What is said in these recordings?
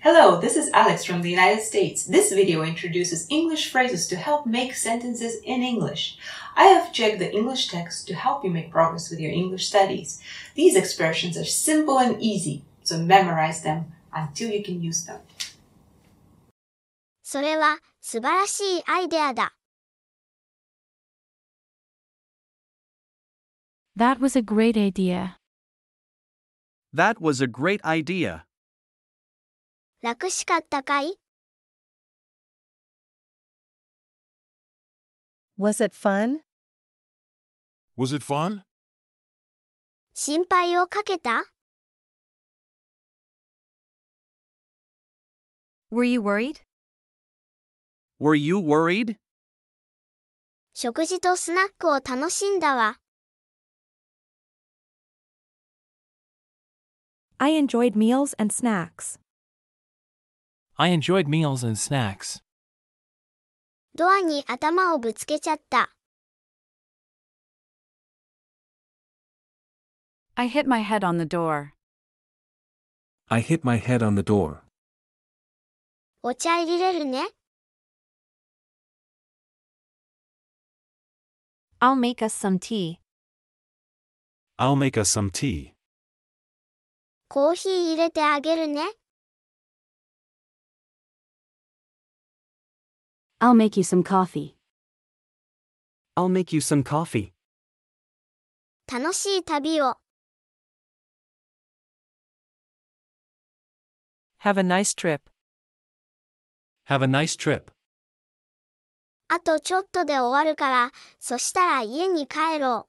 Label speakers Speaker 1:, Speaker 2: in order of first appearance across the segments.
Speaker 1: Hello, this is Alex from the United States. This video introduces English phrases to help make sentences in English. I have checked the English text to help you make progress with your English studies. These expressions are simple and easy, so memorize them until you can use them.
Speaker 2: それは素晴らしいアイデアだ。
Speaker 3: That was a great idea.
Speaker 4: That was a great idea.
Speaker 2: 楽しかったかい
Speaker 5: Was it fun?
Speaker 6: Was it fun?
Speaker 2: 心配をかけた
Speaker 3: Were you worried?
Speaker 4: Were you worried?
Speaker 2: 食事とスナックを楽しんだわ。
Speaker 3: I enjoyed meals and snacks.
Speaker 7: I enjoyed meals and snacks.
Speaker 2: ドアに頭をぶつけちゃった。
Speaker 3: I hit my head on the door.
Speaker 8: I hit my head on the door.
Speaker 2: お茶入れれるね。
Speaker 3: I'll make us some tea.
Speaker 8: I'll make us some tea.
Speaker 2: コーヒー入れてあげるね。
Speaker 3: I'll make you some coffee.
Speaker 4: I'll make you some coffee.
Speaker 2: 楽しい旅を。
Speaker 5: Have a nice trip.
Speaker 7: Have a nice trip.
Speaker 2: あとちょっとで終わるから、そしたら家に帰ろう。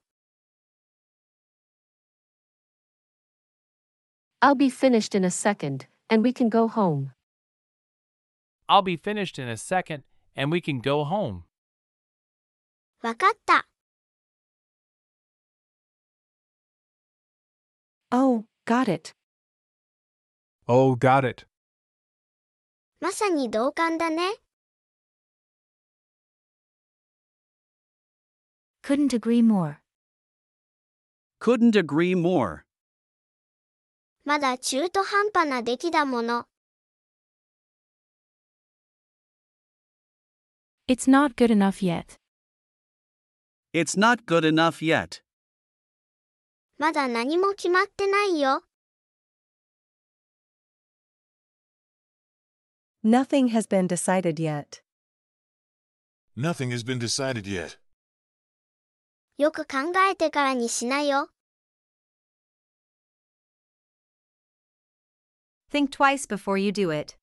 Speaker 5: I'll be finished in a second, and we can go home.
Speaker 7: I'll be finished in a second, and we can go home.
Speaker 2: わかった。
Speaker 3: Oh, got it.
Speaker 6: Oh, got it.
Speaker 2: まさに同感だね。
Speaker 3: Couldn't agree more.
Speaker 4: Couldn't agree more.
Speaker 2: まだ中途半端な出来だもの。
Speaker 3: It's not good enough yet.
Speaker 4: It's not good enough yet.
Speaker 2: まだ何も決まってないよ。
Speaker 9: Nothing has been decided yet.
Speaker 6: Nothing has been decided yet.
Speaker 2: よく考えてからにしなよ。
Speaker 3: Think twice before you do it.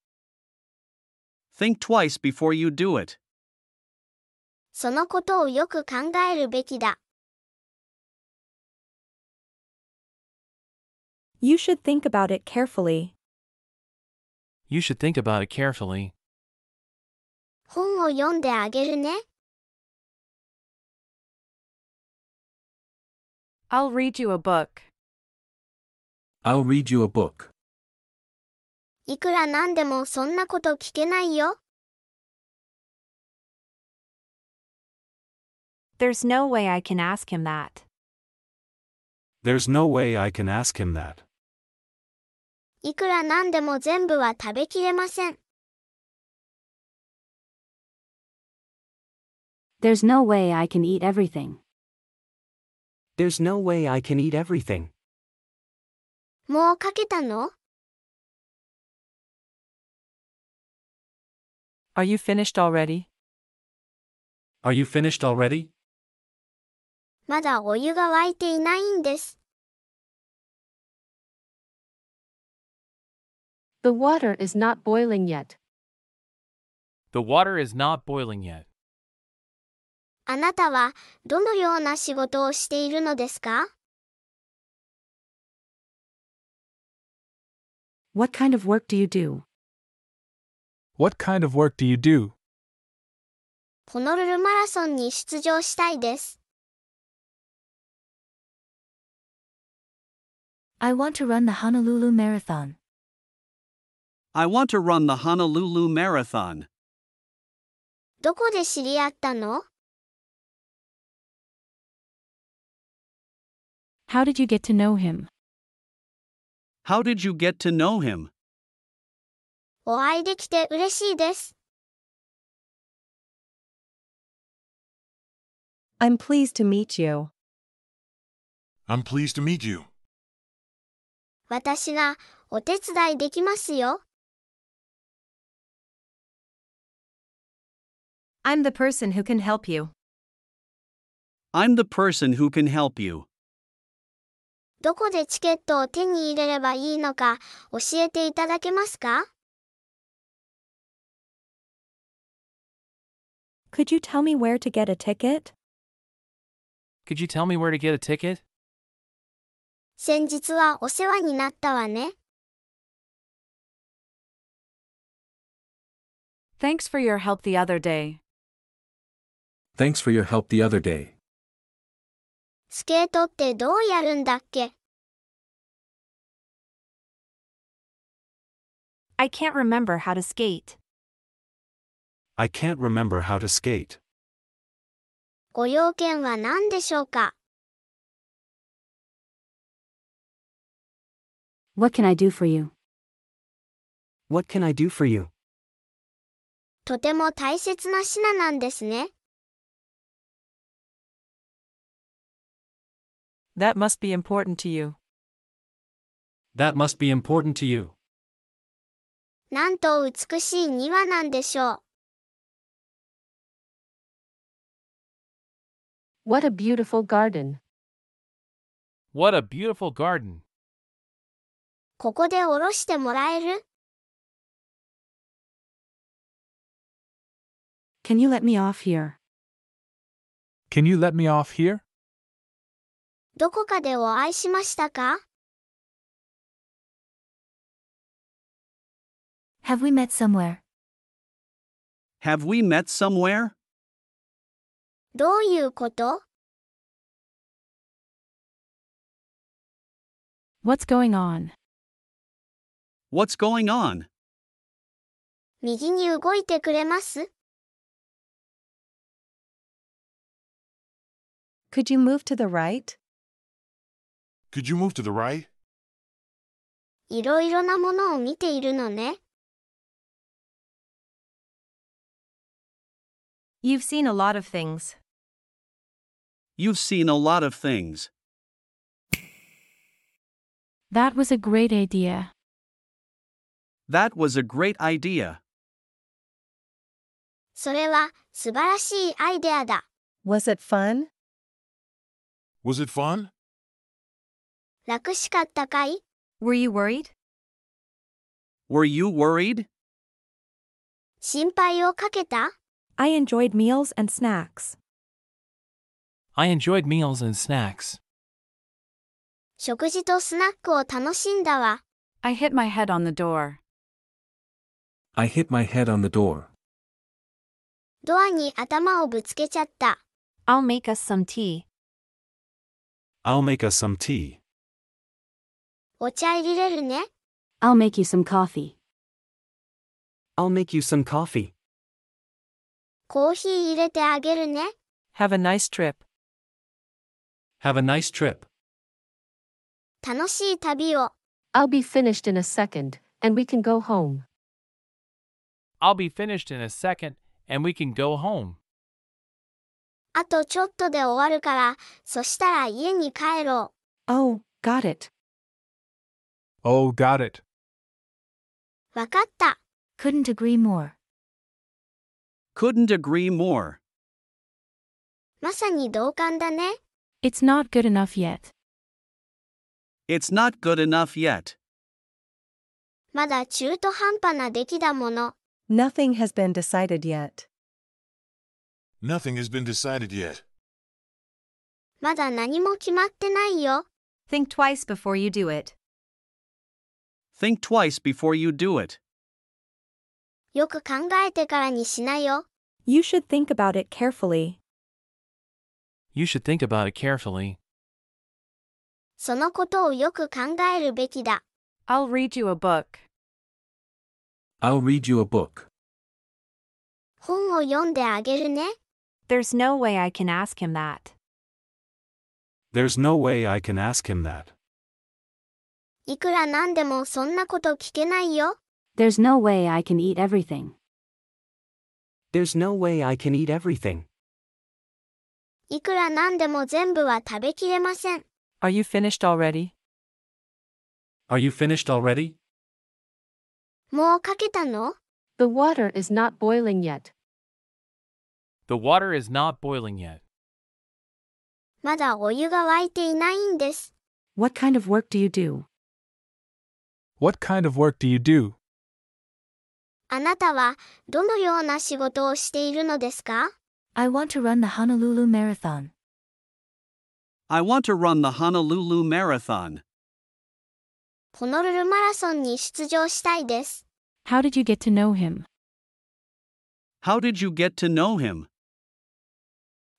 Speaker 4: Think twice before you do it.
Speaker 2: そのことをよく考えるべきだ。
Speaker 3: You should think about it carefully.
Speaker 7: You should think about it carefully.
Speaker 2: 本を読んであげるね。
Speaker 3: I'll read you a book.
Speaker 8: I'll read you a book.
Speaker 2: いくらなんでもそんなこと聞けないよ。
Speaker 3: There's no way I can ask him that.
Speaker 8: There's no way I can ask him that.
Speaker 2: いくらなんでも全部は食べきれません。
Speaker 3: There's no way I can eat everything.
Speaker 4: There's no way I can eat everything.
Speaker 2: もうかけたの
Speaker 5: Are you finished already?
Speaker 7: Are you finished already?
Speaker 2: まだお湯が沸いていないんです。
Speaker 5: The water is not boiling yet.
Speaker 7: The water is not boiling yet.
Speaker 2: あなたはどのような仕事をしているのですか
Speaker 3: What kind of work do you do?
Speaker 6: What kind of work do you do?
Speaker 2: ホノルルマラソンに出場したいです。
Speaker 3: I want to run the Honolulu Marathon.
Speaker 4: I want to run the Honolulu Marathon.
Speaker 2: どこで知り合ったの
Speaker 3: How did you get to know him?
Speaker 4: How did you get to know him?
Speaker 2: お会いできて嬉しいです。
Speaker 9: I'm pleased to meet you.
Speaker 6: I'm pleased to meet you.
Speaker 2: 私がお手伝いできますよ。
Speaker 10: I'm the person who can help you.
Speaker 4: I'm the person who can help you.
Speaker 2: どこでチケットを手に入れればいいのか教えていただけますか
Speaker 10: Could you tell me where to get a ticket?
Speaker 7: Could you tell me where to get a ticket?
Speaker 2: 先日はお世話になったわね。
Speaker 3: Thanks for your help the other day.
Speaker 11: Thanks for your help the other day.
Speaker 2: スケートってどうやるんだっけ
Speaker 10: I can't remember how to skate.
Speaker 8: I can't remember how to skate.
Speaker 2: ご用件は何でしょうか
Speaker 3: What can I do for you?
Speaker 12: What can I do for you?
Speaker 2: とても大切な品なんですね。
Speaker 10: That must be important to you.
Speaker 12: That must be important to you.
Speaker 2: なんと美しい庭なんでしょう。
Speaker 5: What a beautiful garden.
Speaker 7: What a beautiful garden.
Speaker 2: ここでおろしてもらえる
Speaker 3: Can you let me off here?
Speaker 6: Can you let me off here?
Speaker 2: どこかでお会いしましたか
Speaker 3: Have we met somewhere?
Speaker 4: Have we met somewhere?
Speaker 2: どういうこと
Speaker 3: What's going on?
Speaker 4: What's going on?
Speaker 2: 右に動いてくれます
Speaker 9: Could you move to the right?
Speaker 6: Could you move to the right?
Speaker 2: いろいろなものを見ているのね。
Speaker 10: You've seen a lot of things.
Speaker 4: You've seen a lot of things.
Speaker 3: That was a great idea.
Speaker 4: That was a great idea.
Speaker 2: それは素晴らしいアイデアだ。
Speaker 9: Was it fun?
Speaker 6: Was it fun?
Speaker 2: 楽しかったかい
Speaker 10: Were you worried?
Speaker 4: Were you worried?
Speaker 2: 心配をかけた
Speaker 10: I enjoyed meals and snacks.
Speaker 7: I enjoyed meals and snacks.
Speaker 2: 食事とスナックを楽しんだわ。
Speaker 3: I hit my head on the door.
Speaker 11: I hit my head on the door.
Speaker 2: ドアに頭をぶつけちゃった。
Speaker 10: I'll make us some tea.
Speaker 8: I'll make us some tea.
Speaker 2: お茶入れるね。
Speaker 3: I'll make you some coffee.
Speaker 12: I'll make you some coffee.
Speaker 2: コーヒー入れてあげるね。
Speaker 10: Have a nice trip.
Speaker 12: Have a nice trip.
Speaker 2: 楽しい旅を。
Speaker 5: I'll be finished in a second, and we can go home.
Speaker 7: I'll be finished in a second, and we can go home.
Speaker 2: あとちょっとで終わるから、そしたら家に帰ろ
Speaker 10: Oh, got it.
Speaker 6: Oh, got it.
Speaker 2: う。わかった。
Speaker 3: Couldn't agree more.
Speaker 4: Couldn't agree more.
Speaker 2: まさに同感だね。
Speaker 3: It's not good enough yet.
Speaker 4: It's not good enough yet.
Speaker 2: まだ中途半端な出来だもの。
Speaker 9: Nothing has been decided yet.
Speaker 6: Nothing has been decided yet.
Speaker 2: まだ何も決まってないよ。
Speaker 10: Think twice before you do it.
Speaker 4: Think twice before you do it.
Speaker 2: よく考えてからにしなよ。
Speaker 10: You should think about it carefully.
Speaker 7: You should think about it carefully.
Speaker 2: そのことをよく考えるべきだ。
Speaker 10: I'll read you a book.
Speaker 11: I'll read you a book.
Speaker 2: 本を読んであげるね。
Speaker 10: There's no way I can ask him that.
Speaker 8: There's no way I can ask him that.
Speaker 2: いくらなんでもそんなこと聞けないよ。
Speaker 3: There's no way I can eat everything.
Speaker 13: There's no way I can eat everything.
Speaker 2: いくらなんでも全部は食べきれません。
Speaker 14: Are you finished already?
Speaker 12: Are you finished already?
Speaker 2: もうかけたの
Speaker 5: The water is not boiling yet.
Speaker 7: The water is not boiling yet.
Speaker 2: まだお湯が沸いていないんです。
Speaker 5: What kind of work do you do?
Speaker 15: What kind of work do you do?
Speaker 2: あなたはどのような仕事をしているのですか
Speaker 3: I want to run the Honolulu Marathon.
Speaker 4: I want to run the Honolulu Marathon.
Speaker 2: ホノルルマラソンに出場したいです。
Speaker 3: How did you get to know him?
Speaker 4: How did you get to know him?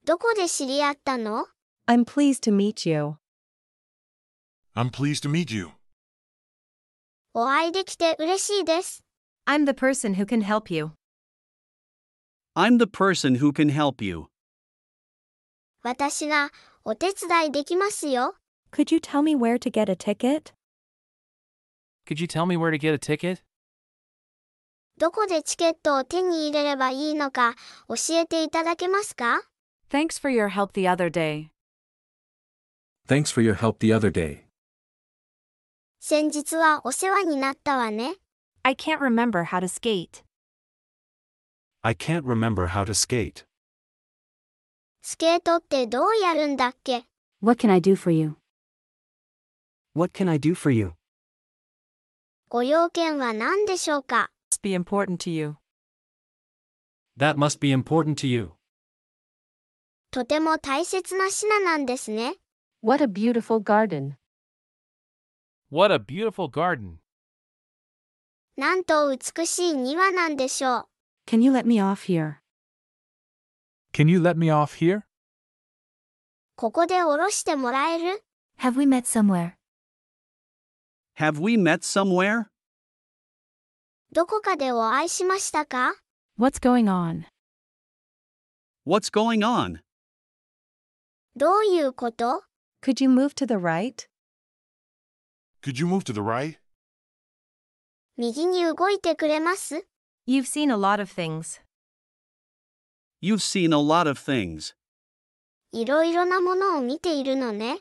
Speaker 2: どこで知り合ったの
Speaker 9: I'm pleased to meet you.
Speaker 6: I'm pleased to meet you.
Speaker 2: お会いできて嬉しいです。
Speaker 10: I'm the person who can help you.
Speaker 4: I'm the person who can help you.
Speaker 2: 私がお手伝いできますよ。
Speaker 9: Could you tell me where to get a ticket?
Speaker 7: Could you tell me where to get a ticket?
Speaker 2: どこでチケットを手に入れればいいのか教えていただけますか
Speaker 14: Thanks for your help the other day.
Speaker 11: Thanks for your help the other day.
Speaker 2: 先日はお世話になったわね。
Speaker 10: I can't remember how to skate.
Speaker 8: I can't remember how to skate.
Speaker 2: スケートってどうやるんだっけ
Speaker 3: What can I do for you?
Speaker 13: What can I do for you?
Speaker 2: ご用件は何でしょうか
Speaker 14: Must be important to you.
Speaker 12: That must be important to you.
Speaker 2: とても大切な品なんですね。
Speaker 5: What a beautiful garden.
Speaker 7: What a beautiful garden.
Speaker 2: なんと美しい庭なんでしょう。
Speaker 3: Can you let me off here?
Speaker 15: Can you let me off here?
Speaker 2: ここで降ろしてもらえる
Speaker 3: Have we met somewhere?
Speaker 4: Have we met somewhere?
Speaker 2: どこかでお会いしましたか
Speaker 3: What's going on?
Speaker 4: What's going on?
Speaker 2: どういうこと
Speaker 9: Could you move to the right?
Speaker 6: Could you move to the right?
Speaker 2: 右に動いてくれます
Speaker 10: You've seen a lot of things.
Speaker 4: You've seen a lot of things.
Speaker 2: いろいろなものを見ているのね。